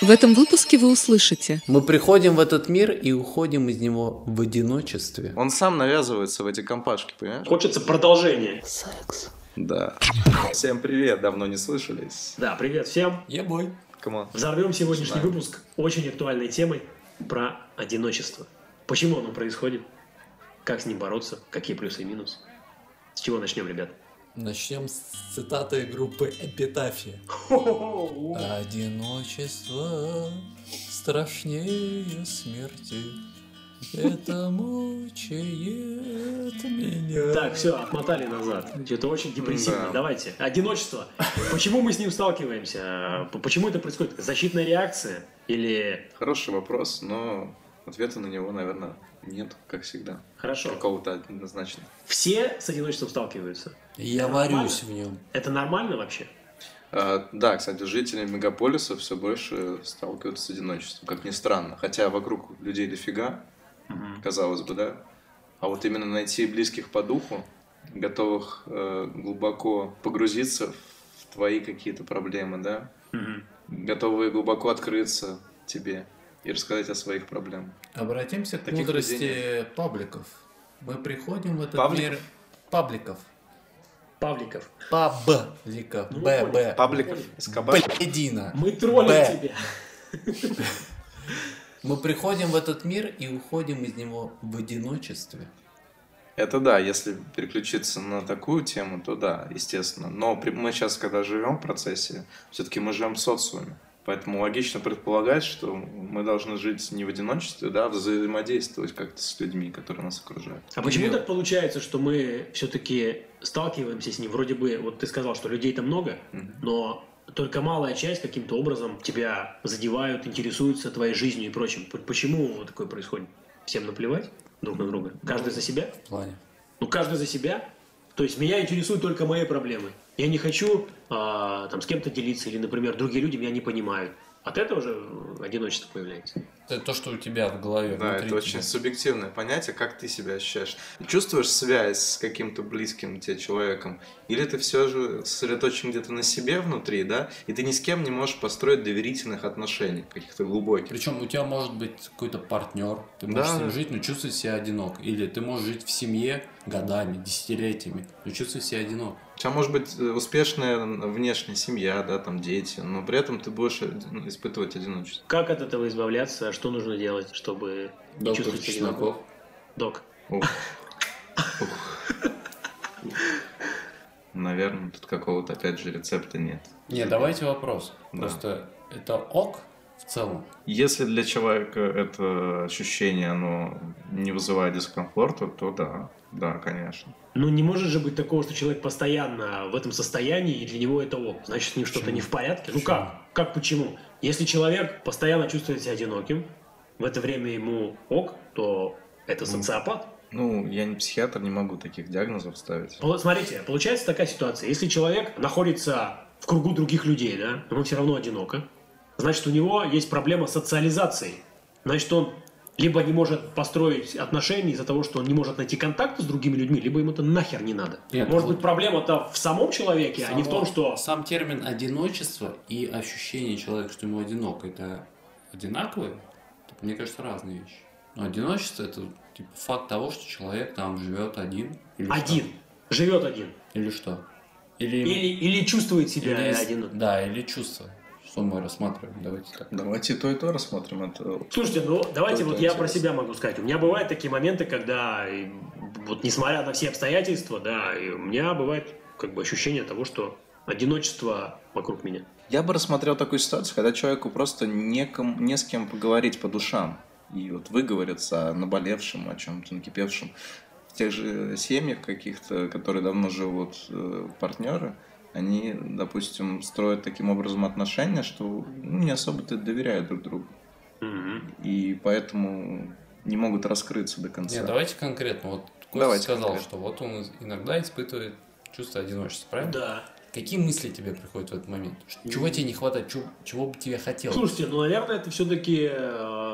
В этом выпуске вы услышите Мы приходим в этот мир и уходим из него в одиночестве. Он сам навязывается в эти компашки, понимаешь? Хочется продолжения. Да. Всем привет, давно не слышались. Да, привет всем. Я бой. Камон. Взорвем сегодняшний выпуск очень актуальной темой про одиночество. Почему оно происходит? Как с ним бороться? Какие плюсы и минусы? С чего начнем, ребят? Начнем с цитаты группы Эпитафия. Одиночество страшнее смерти. Это мучает меня. Так, все, отмотали назад. Это очень депрессивно. Да. Давайте. Одиночество. Почему мы с ним сталкиваемся? А, п- Почему это происходит? Защитная реакция? Или... Хороший вопрос, но ответа на него, наверное, нет, как всегда. Хорошо. Какого-то однозначно. Все с одиночеством сталкиваются. Я Нормально. варюсь в нем. Это нормально вообще? А, да, кстати, жители мегаполиса все больше сталкиваются с одиночеством, как ни странно. Хотя вокруг людей дофига, казалось бы, да. А вот именно найти близких по духу, готовых э, глубоко погрузиться в твои какие-то проблемы, да, готовые глубоко открыться тебе и рассказать о своих проблемах. Обратимся к Таких мудрости людей пабликов. Мы приходим в этот Пабликов? мир пабликов. Павликов. Пабликов. Ну, Б, Б. Пабликов, Эскобар. Блядина. Мы троллим Б. тебя. Мы приходим в этот мир и уходим из него в одиночестве. Это да, если переключиться на такую тему, то да, естественно. Но при- мы сейчас, когда живем в процессе, все-таки мы живем в социуме. Поэтому логично предполагать, что мы должны жить не в одиночестве, да, а взаимодействовать как-то с людьми, которые нас окружают. А почему так получается, что мы все-таки сталкиваемся с ним? Вроде бы, вот ты сказал, что людей-то много, но только малая часть каким-то образом тебя задевают, интересуются твоей жизнью и прочим. П- Почему такое происходит? Всем наплевать друг на друга? Ну. Каждый за себя? В плане. Ну, каждый за себя. То есть меня интересуют только мои проблемы. Я не хочу а, там, с кем-то делиться, или, например, другие люди меня не понимают. От этого же м, одиночество появляется. Это то, что у тебя в голове. Да, внутри это очень тебя. субъективное понятие, как ты себя ощущаешь. Чувствуешь связь с каким-то близким тебе человеком? Или ты все же сосредоточен где-то на себе внутри, да, и ты ни с кем не можешь построить доверительных отношений, каких-то глубоких? Причем у тебя может быть какой-то партнер, ты можешь Да. с ним жить, но чувствуешь себя одинок. Или ты можешь жить в семье годами, десятилетиями, но чувствуешь себя одинок. У тебя может быть э, успешная внешняя семья, да, там дети, но при этом ты будешь один- испытывать одиночество. Как от этого избавляться? Что нужно делать, чтобы не Доктор чувствовать себя одиноким? Чесноков. Док. Ух. Наверное, тут какого-то, опять же, рецепта нет. Не, давайте вопрос. Да. Просто это ок в целом. Если для человека это ощущение, оно не вызывает дискомфорта, то да, да, конечно. Ну, не может же быть такого, что человек постоянно в этом состоянии, и для него это ок. Значит, с ним что-то Почему? не в порядке. Ну Почему? как? Как почему? Если человек постоянно чувствует себя одиноким, в это время ему ок, то это социопат. Ну, я не психиатр, не могу таких диагнозов ставить. Вот смотрите, получается такая ситуация. Если человек находится в кругу других людей, да, ему все равно одиноко, значит, у него есть проблема социализации. Значит, он либо не может построить отношения из-за того, что он не может найти контакты с другими людьми, либо ему это нахер не надо. Нет, может вот- быть, проблема-то в самом человеке, а не в том, что... Сам термин одиночество и ощущение человека, что ему одинок, это одинаковые? Так, Мне кажется, разные вещи. Но одиночество это типа факт того, что человек там живет один. Или что? Один. Живет один. Или что? Или, Или, или чувствует себя или- один. Да, или чувство. Что мы рассматриваем? Давайте так. Давайте и то, и то рассмотрим. Это Слушайте, ну давайте Только вот я про интересно. себя могу сказать. У меня бывают такие моменты, когда и, вот несмотря на все обстоятельства, да, и у меня бывает как бы ощущение того, что одиночество вокруг меня. Я бы рассмотрел такую ситуацию, когда человеку просто неком, не с кем поговорить по душам. И вот выговориться о наболевшем, о чем-то накипевшем. В тех же семьях каких-то, которые давно живут э, партнеры, они, допустим, строят таким образом отношения, что ну, не особо-то доверяют друг другу. Мгм. И поэтому не могут раскрыться до конца. Нет, давайте конкретно. Вот Костя Давайте сказал, конкретно. что вот он иногда испытывает чувство одиночества, правильно? Да. Какие мысли тебе приходят в этот момент? Ш- Чего тебе не хватает? Чего, чего бы тебе хотелось? Слушайте, ну, наверное, это все-таки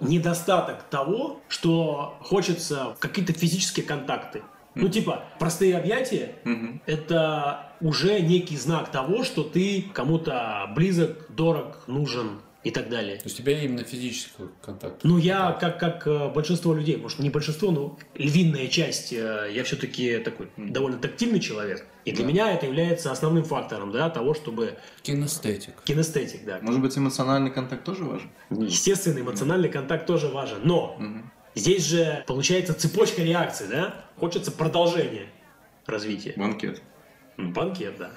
недостаток того, что хочется в какие-то физические контакты. Ну, типа, простые объятия, Мгм. это уже некий знак того, что ты кому-то близок, дорог, нужен, и так далее. То есть у тебя именно физического контакта. Ну, я, как, как э, большинство людей, может, не большинство, но львиная часть, э, я все-таки такой довольно тактильный человек. И для меня это является основным фактором, да, того, чтобы Кинестетик. кинестетик, да. Может быть, эмоциональный контакт тоже важен? Естественно, эмоциональный контакт тоже важен. Но здесь же получается цепочка реакций, да? Хочется продолжения развития. Банкет. Ну, Банкет, да.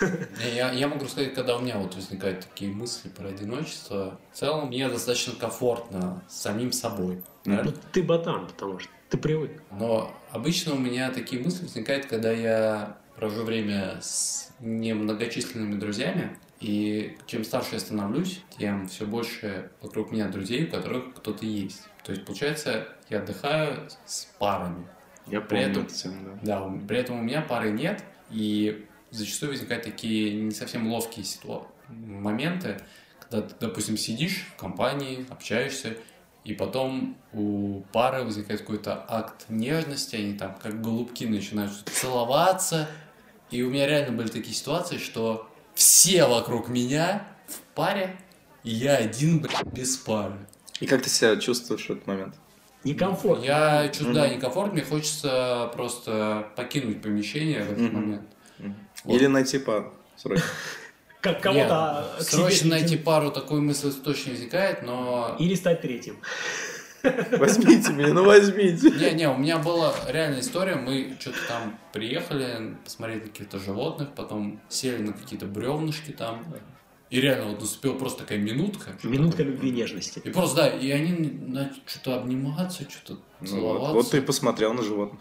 Не, Я, я могу сказать, когда у меня вот возникают такие мысли про одиночество, в целом мне достаточно комфортно с самим собой. да. Ну, ты ботан, потому что ты привык. Но обычно у меня такие мысли возникают, когда я провожу время с немногочисленными друзьями. И чем старше я становлюсь, тем все больше вокруг меня друзей, у которых кто-то есть. То есть, получается, я отдыхаю с парами. Я При помню этом- эту тему, да. Да, у- при этом у меня пары нет, и зачастую возникают такие не совсем ловкие ситуа- моменты, когда ты, допустим, сидишь в компании, общаешься, и потом у пары возникает какой-то акт нежности, они там как голубки начинают целоваться, и у меня реально были такие ситуации, что все вокруг меня в паре, и я один, блядь, без пары. И как ты себя чувствуешь в этот момент? Некомфортно. Я чуть, да, некомфорт, мне хочется просто покинуть помещение в этот Мгм. момент. Вот. Или найти пару срочно. Как кого-то Нет, к себе срочно идти. найти пару, такой мысль точно возникает, но... Или стать третьим. Возьмите меня, ну возьмите. Не, не, у меня была реальная история, мы что-то там приехали, посмотрели на каких-то животных, потом сели на какие-то бревнышки там, и реально вот наступила просто такая минутка. Минутка любви и нежности. И просто, да, и они начали что-то обниматься, что-то Ну целоваться. вот, вот ты и посмотрел на животных.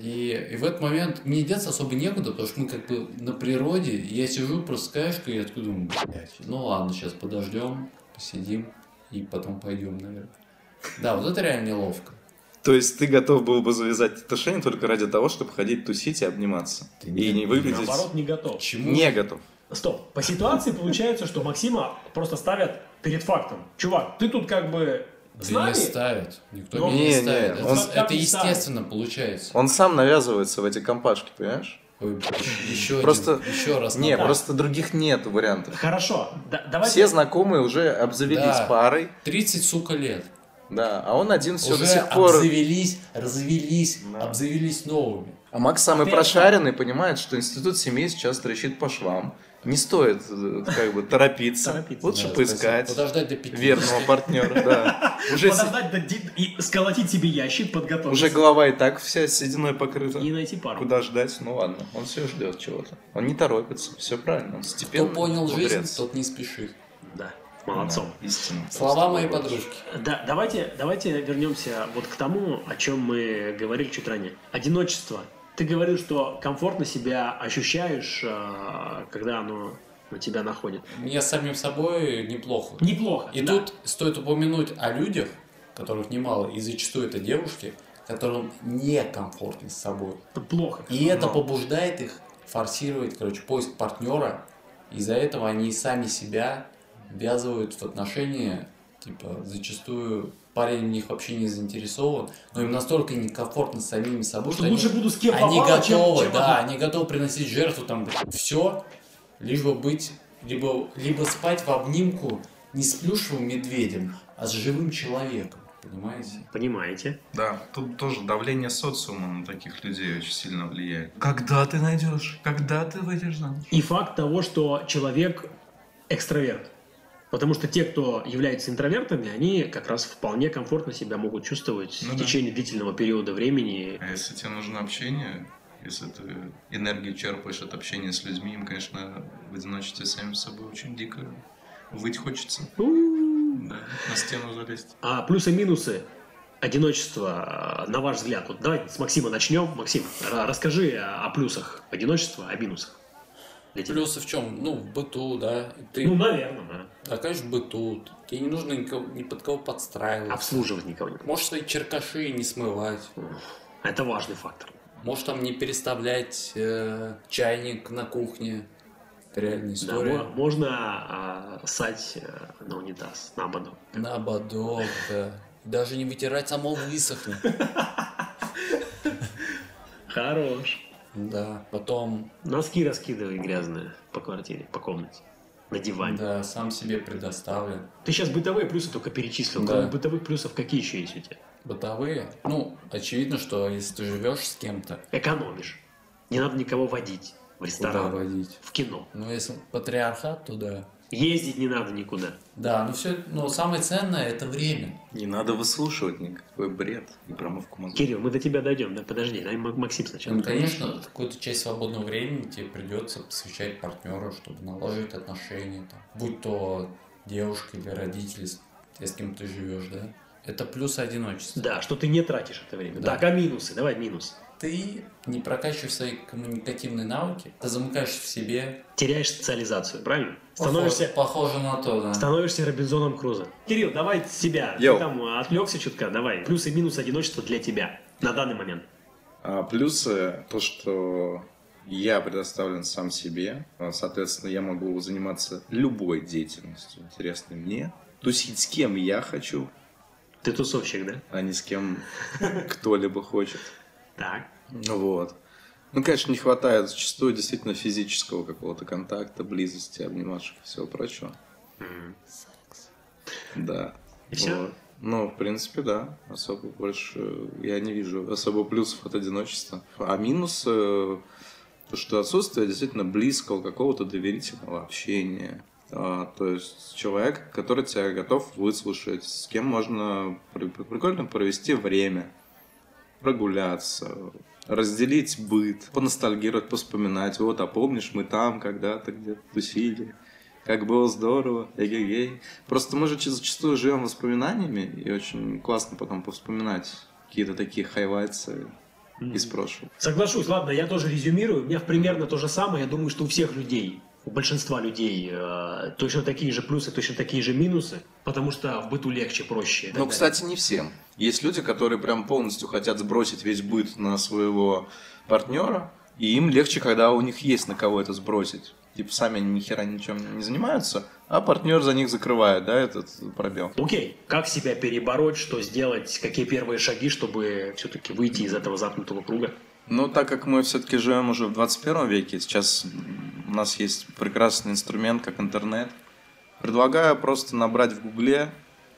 И, и в этот момент мне деться особо некуда, потому что мы как бы на природе, и я сижу просто с каешкой, и я такой думаю, блядь, ну ладно, сейчас подождем, посидим, и потом пойдем, наверное. Да, вот это реально неловко. То есть ты готов был бы завязать отношения только ради того, чтобы ходить тусить и обниматься. Да И нет, не выглядеть... Наоборот, не готов. Почему? Не готов. Стоп. По ситуации получается, что Максима просто ставят перед фактом. Чувак, ты тут как бы с Да не нами? ставят. Никто Ну, меня не, не, не, ставит. это он- это как не естественно получается. Он сам навязывается в эти компашки, понимаешь? Ой, блядь, еще Просто- один, еще раз. Не, надо. просто других нет вариантов. Хорошо. Да- Все давайте. знакомые уже обзавелись Да. парой, 30, сука, лет. да, а он один все Уже до сих пор. обзавелись, развелись, обзавелись новыми. А Макс самый Опять прошаренный понимает, что институт семей сейчас трещит по швам. Не стоит э, как бы торопиться. Торопиться, Лучше Да, поискать Подождать до 50. верного партнера, да. Уже с- Подождать да, ди- и сколотить себе ящик, подготовиться. уже голова и так вся сединой покрыта. И найти пару. Куда ждать? Ну ладно, он все ждет чего-то. Он не торопится, все правильно, он Кто степенно. понял мудрец. жизнь, тот не спешит. Да. Молодцом. Да, Истинно. Слова Просто моей молодец. подружки. Да, давайте, давайте вернемся вот к тому, о чем мы говорили чуть ранее. Одиночество. Ты говорил, что комфортно себя ощущаешь, э, когда оно на тебя находит. Мне с самим собой неплохо. Неплохо. И да. тут стоит упомянуть о людях, которых немало, и зачастую это девушки, которым некомфортно с собой. Тут плохо. И это побуждает их форсировать, короче, поиск партнера. Из-за этого они сами себя ввязывают в отношения. Типа, зачастую парень в них вообще не заинтересован, но им настолько некомфортно с самими собой, Что лучше они, буду с кем они попало, Типа, чем- готовы, чем да, одна. они готовы приносить жертву там все, лишь бы быть, либо, либо спать в обнимку не с плюшевым медведем, а с живым человеком. Понимаете? Понимаете? Да, тут тоже давление социума на таких людей очень сильно влияет. Когда ты найдешь? Когда ты выйдешь замуж? И факт того, что человек экстраверт. Потому что те, кто являются интровертами, они как раз вполне комфортно себя могут чувствовать Ну в да. течение длительного периода времени. А если тебе нужно общение, если ты энергию черпаешь от общения с людьми, им, конечно, в одиночестве самим собой очень дико выть хочется. У-у-у. Да, на стену залезть. А плюсы-минусы одиночества, э, на ваш взгляд, вот давайте с Максима начнем. Максим, ра- расскажи о о плюсах одиночества, о минусах. Для тебя. Плюсы в чем? Ну, в быту, да. Ты Ну, наверное, Да, конечно, бытут. Тебе не нужно никого, ни под кого да. подстраиваться. Обслуживать никого не Можешь свои черкаши не смывать. Это важный фактор. Можешь там не переставлять э, чайник на кухне. Это реальная Да, история. мо- можно а, ссать э, на унитаз, на воду. На бодок, да. Даже а не вытирать, само высохнет. Хорош. Да. Потом, Носки раскидывай грязные по квартире, по комнате. На диване. да, сам себе предоставлен. Ты сейчас бытовые плюсы только перечислил. Да. Кроме бытовых плюсов какие еще есть у тебя? Бытовые. Ну, очевидно, что если ты живешь с кем-то, Экономишь. Не надо никого водить в куда ресторан, водить? в кино. Ну, если патриархат, то да. Ездить не надо никуда. Да, ну все, но самое ценное это время. Не надо выслушивать никакой бред и промывку мозга. Кирилл, мы до тебя дойдем, да? Подожди, дай Мак- Максим сначала. Ну, конечно, какую-то часть свободного времени тебе придется посвящать партнеру, чтобы наложить отношения, там, будь то девушка или родители, с, с кем ты живешь, да. Это плюс одиночества. Да, что ты не тратишь это время. Да. Так, а минусы? Давай минус. Ты не прокачиваешь свои коммуникативные навыки, ты замыкаешься в себе. Теряешь социализацию, правильно? Становишься, Похоже, похоже на то, да. становишься Робинзоном Крузо. Кирилл, давай себя. Йоу. Ты там отвлекся чутка, давай. Плюс и минус одиночества для тебя на данный момент. А плюсы то, что я предоставлен сам себе, а, соответственно, я могу заниматься любой деятельностью, интересной мне, тусить с кем я хочу, Ты тусовщик, да? а не с кем кто-либо хочет. Так. Вот. Ну, конечно, не хватает зачастую действительно физического какого-то контакта, близости, обнимашек и всего прочего. Да. И всё? Вот. Ну, в принципе, да. Особо больше э, я не вижу особо плюсов от одиночества. А минус э, то, что отсутствие действительно близкого какого-то доверительного общения. А, то есть человек, который тебя готов выслушать, с кем можно при- при- прикольно провести время, прогуляться, разделить быт, поностальгировать, поспоминать. Вот, а помнишь, мы там когда-то где-то тусили. Как было здорово, эгегей. Просто мы же чи- зачастую живем воспоминаниями, и очень классно потом повспоминать какие-то такие хайлайтсы из прошлого. Соглашусь, ладно, я тоже резюмирую. У меня примерно то же самое. Я думаю, что у всех людей, у большинства людей э, точно такие же плюсы, точно такие же минусы, потому что в быту легче, проще. и так Ну, далее. кстати, не всем. Есть люди, которые прям полностью хотят сбросить весь быт на своего партнера, и им легче, когда у них есть на кого это сбросить. Типа сами они ни хера ничем не занимаются, а партнер за них закрывает, да, этот пробел. Окей, как себя перебороть, что сделать, какие первые шаги, чтобы все-таки выйти из этого замкнутого круга? Ну, так как мы все-таки живем уже в 21 веке, сейчас м, у нас есть прекрасный инструмент, как интернет. Предлагаю просто набрать в Гугле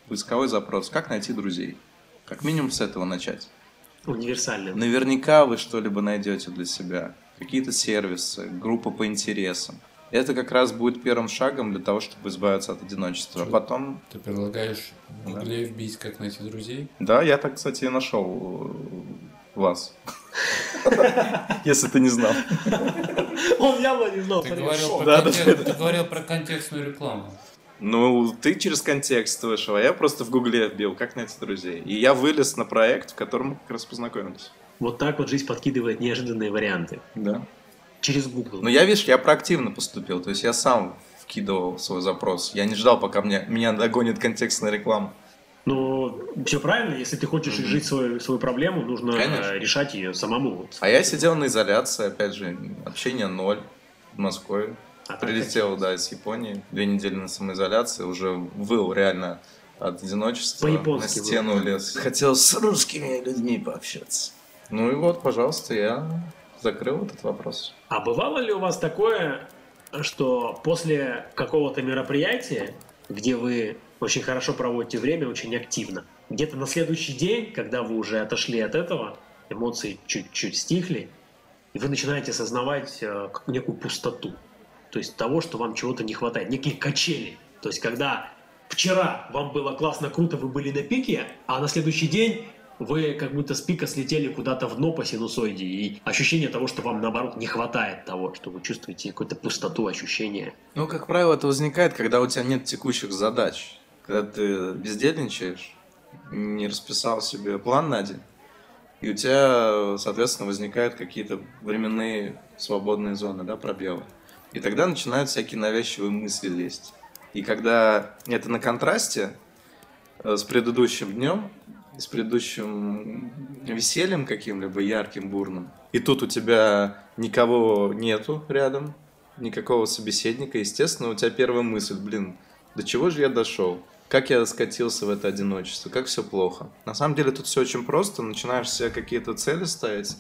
поисковой запрос «Как найти друзей?». Как минимум с этого начать. Универсальным. Наверняка вы что-либо найдете для себя. Какие-то сервисы, группа по интересам. Это как раз будет первым шагом для того, чтобы избавиться от одиночества. А Чё? потом... Ты предлагаешь в Да. Гугле вбить, как найти друзей? Да, я так, кстати, и нашел э, вас. Если ты не знал. Он явно не знал. Ты смотри, говорил, шок. про Да, да, контекст- да, ты говорил про контекстную рекламу. Ну, ты через контекст вышел, а я просто в гугле вбил, как найти друзей. И я вылез на проект, в котором мы как раз познакомились. Вот так вот жизнь подкидывает неожиданные варианты. Да. Через Google. Но Ну, я, видишь, я проактивно поступил, то есть я сам вкидывал свой запрос. Я не ждал, пока мне, меня догонит контекстная реклама. Но все правильно, если ты хочешь решить свою, свою проблему, нужно Конечно. э, решать ее самому. А я сидел на изоляции, опять же, общение ноль в Москве. А так Прилетел, да, из Японии. Две недели на самоизоляции. Уже выл реально от одиночества. На По-японски стену лез. Хотел с русскими людьми пообщаться. Ну и вот, пожалуйста, я закрыл этот вопрос. А бывало ли у вас такое, что после какого-то мероприятия, где вы очень хорошо проводите время, очень активно, где-то на следующий день, когда вы уже отошли от этого, эмоции чуть-чуть стихли, и вы начинаете осознавать э, как некую пустоту, то есть того, что вам чего-то не хватает, некие качели. То есть когда вчера вам было классно, круто, вы были на пике, а на следующий день вы как будто с пика слетели куда-то в дно по синусоиде, и ощущение того, что вам наоборот не хватает того, что вы чувствуете какую-то пустоту, ощущение. Ну, как правило, это возникает, когда у тебя нет текущих задач. Когда ты бездельничаешь, не расписал себе план на день, и у тебя, соответственно, возникают какие-то временные свободные зоны, да, пробелы. И тогда начинают всякие навязчивые мысли лезть. И когда это на контрасте э, с предыдущим днем, с предыдущим весельем каким-либо ярким, бурным, и тут у тебя никого нету рядом, никакого собеседника, естественно, у тебя первая мысль, блин, до чего же я дошел? Как я скатился в это одиночество, как все плохо. На самом деле тут все очень просто, начинаешь себе какие-то цели ставить,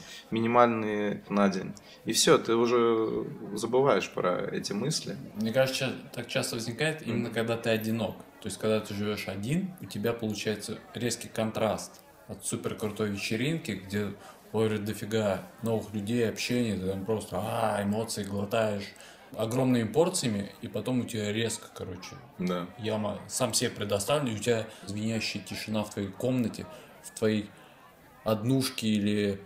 минимальные на день, и все, ты уже забываешь про эти мысли. Мне кажется, ча- так часто возникает именно когда ты одинок. То есть, когда ты живешь один, у тебя получается резкий контраст от супер крутой вечеринки, где ой, дофига новых людей, общения, ты там просто а, эмоции глотаешь огромными порциями, и потом у тебя резко, короче, Да. яма сам себе предоставлен, и у тебя звенящая тишина в твоей комнате, в твоей однушке или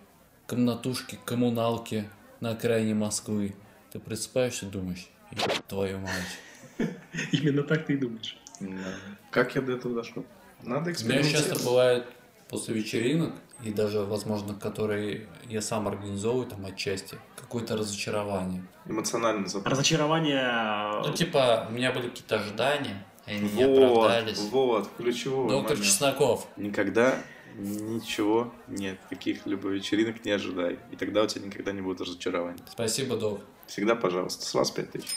комнатушке, коммуналке на окраине Москвы. Ты просыпаешься, думаешь, «Ёб твою мать. Именно так ты и думаешь. Как я до этого дошел? Надо У меня часто экспериментировать. бывает после вечеринок, и даже, возможно, которые я сам организовываю там отчасти, какое-то разочарование. Эмоционально запутан. Ну, Разочарование... типа, у меня были какие-то ожидания, и они не Вот, оправдались. вот, ключевой Доктор момент. Чесноков, Никогда ничего нет, каких-либо вечеринок не ожидай. И тогда у тебя никогда не будет разочарований. спасибо, док. Всегда, пожалуйста, с вас пять тысяч.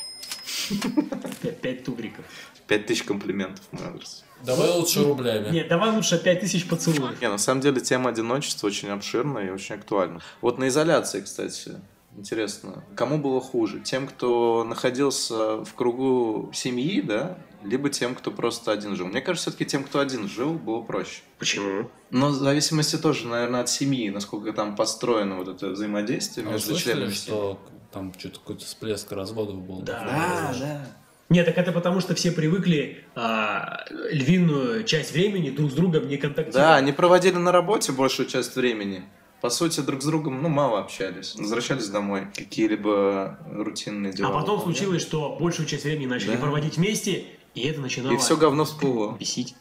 э, Пять- Пять тугриков. Пять тысяч комплиментов в мой адрес. Давай лучше рублями. Нет, давай лучше пять тысяч поцелуев. Не, на самом деле тема одиночества очень обширна и очень актуальна. Вот на изоляции, кстати, интересно, кому было хуже? Тем, кто находился в кругу семьи, да? Либо тем, кто просто один жил. Мне кажется, все-таки тем, кто один жил, было проще. Почему? Но Ну, в зависимости тоже, наверное, от семьи, насколько там построено вот это взаимодействие А вы между слышали, членами. семьи. что там что-то какой-то всплеск разводов был? Да. Да, да. Нет, так это потому, что все привыкли а, львиную часть времени друг с другом не контактировать. А Да, они проводили на работе большую часть времени. По сути, друг с другом, ну, мало общались. Возвращались домой. Какие-либо рутинные дела. А потом выполняли. случилось, что большую часть времени начали Да. проводить вместе, и это начинало И все говно всплыло. бесить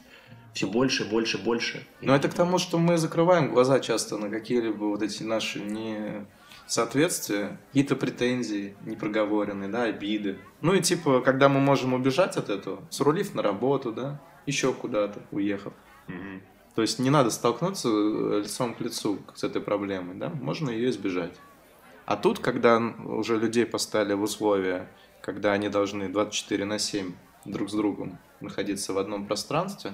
все больше, больше, больше. Но это к тому, что мы закрываем глаза часто на какие-либо вот эти наши не соответствия, какие-то претензии непроговоренные, да, обиды. Ну и типа, когда мы можем убежать от этого, срулив на работу, да, еще куда-то уехав. То есть не надо столкнуться э, лицом к лицу с этой проблемой, да, можно ее избежать. А тут, когда уже людей поставили в условия, когда они должны 24 на 7 друг с другом находиться в одном пространстве,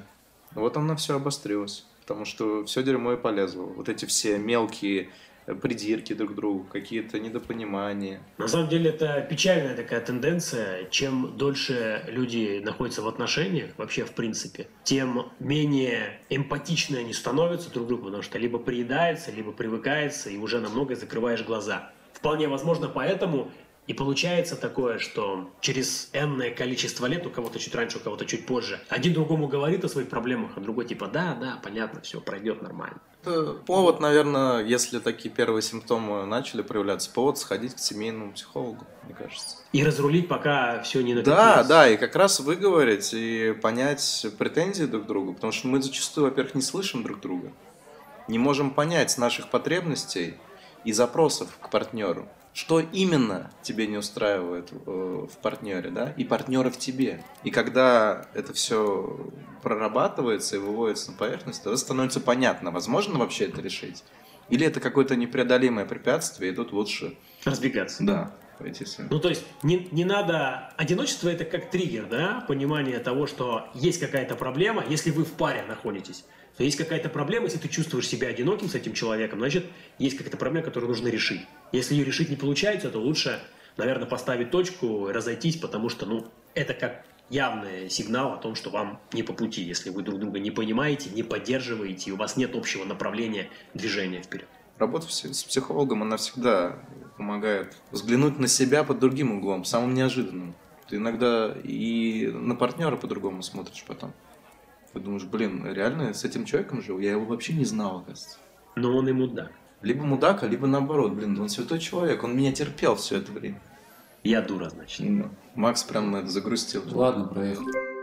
ну вот оно все обострилось. Потому что все дерьмо и полезло. Вот эти все мелкие э, придирки друг к другу, какие-то недопонимания. На самом деле это печальная такая тенденция. Чем дольше люди находятся в отношениях, вообще в принципе, тем менее эмпатичны они становятся друг другу, потому что либо приедается, либо привыкается, и уже на многое закрываешь глаза. Вполне возможно, поэтому и получается такое, что через энное количество лет, у кого-то чуть раньше, у кого-то чуть позже, один другому говорит о своих проблемах, а другой типа «да, да, понятно, все пройдет нормально». Это повод, наверное, если такие первые симптомы начали проявляться, повод сходить к семейному психологу, мне кажется. И разрулить, пока все не Да, накопилось. да, и как раз выговорить и понять претензии друг к другу, потому что мы зачастую, во-первых, не слышим друг друга, не можем понять наших потребностей и запросов к партнеру, что именно тебе не устраивает э, в партнере, да, и партнера в тебе. И когда это все прорабатывается и выводится на поверхность, тогда становится понятно, возможно вообще это решить, или это какое-то непреодолимое препятствие, и тут лучше, Разбегаться. да, пойти своим. Ну, то есть, не, не надо... Одиночество — это как триггер, да? Понимание того, что есть какая-то проблема, если вы в паре находитесь. То есть какая-то проблема, если ты чувствуешь себя одиноким с этим человеком, значит, есть какая-то проблема, которую нужно решить. Если ее решить не получается, то лучше, наверное, поставить точку, разойтись, потому что, ну, это как явный сигнал о том, что вам не по пути, если вы друг друга не понимаете, не поддерживаете, и у вас нет общего направления движения вперед. Работа с с психологом, она всегда помогает взглянуть на себя под другим углом, самым неожиданным. Ты иногда и на партнера по-другому смотришь потом. Ты думаешь, блин, реально я с этим человеком жил? Я его вообще не знал, оказывается. Но он и мудак, Либо мудака, либо наоборот, блин, он святой человек, он меня терпел все это время. я дура, значит. Макс прям на это загрустил. Ладно, проехали.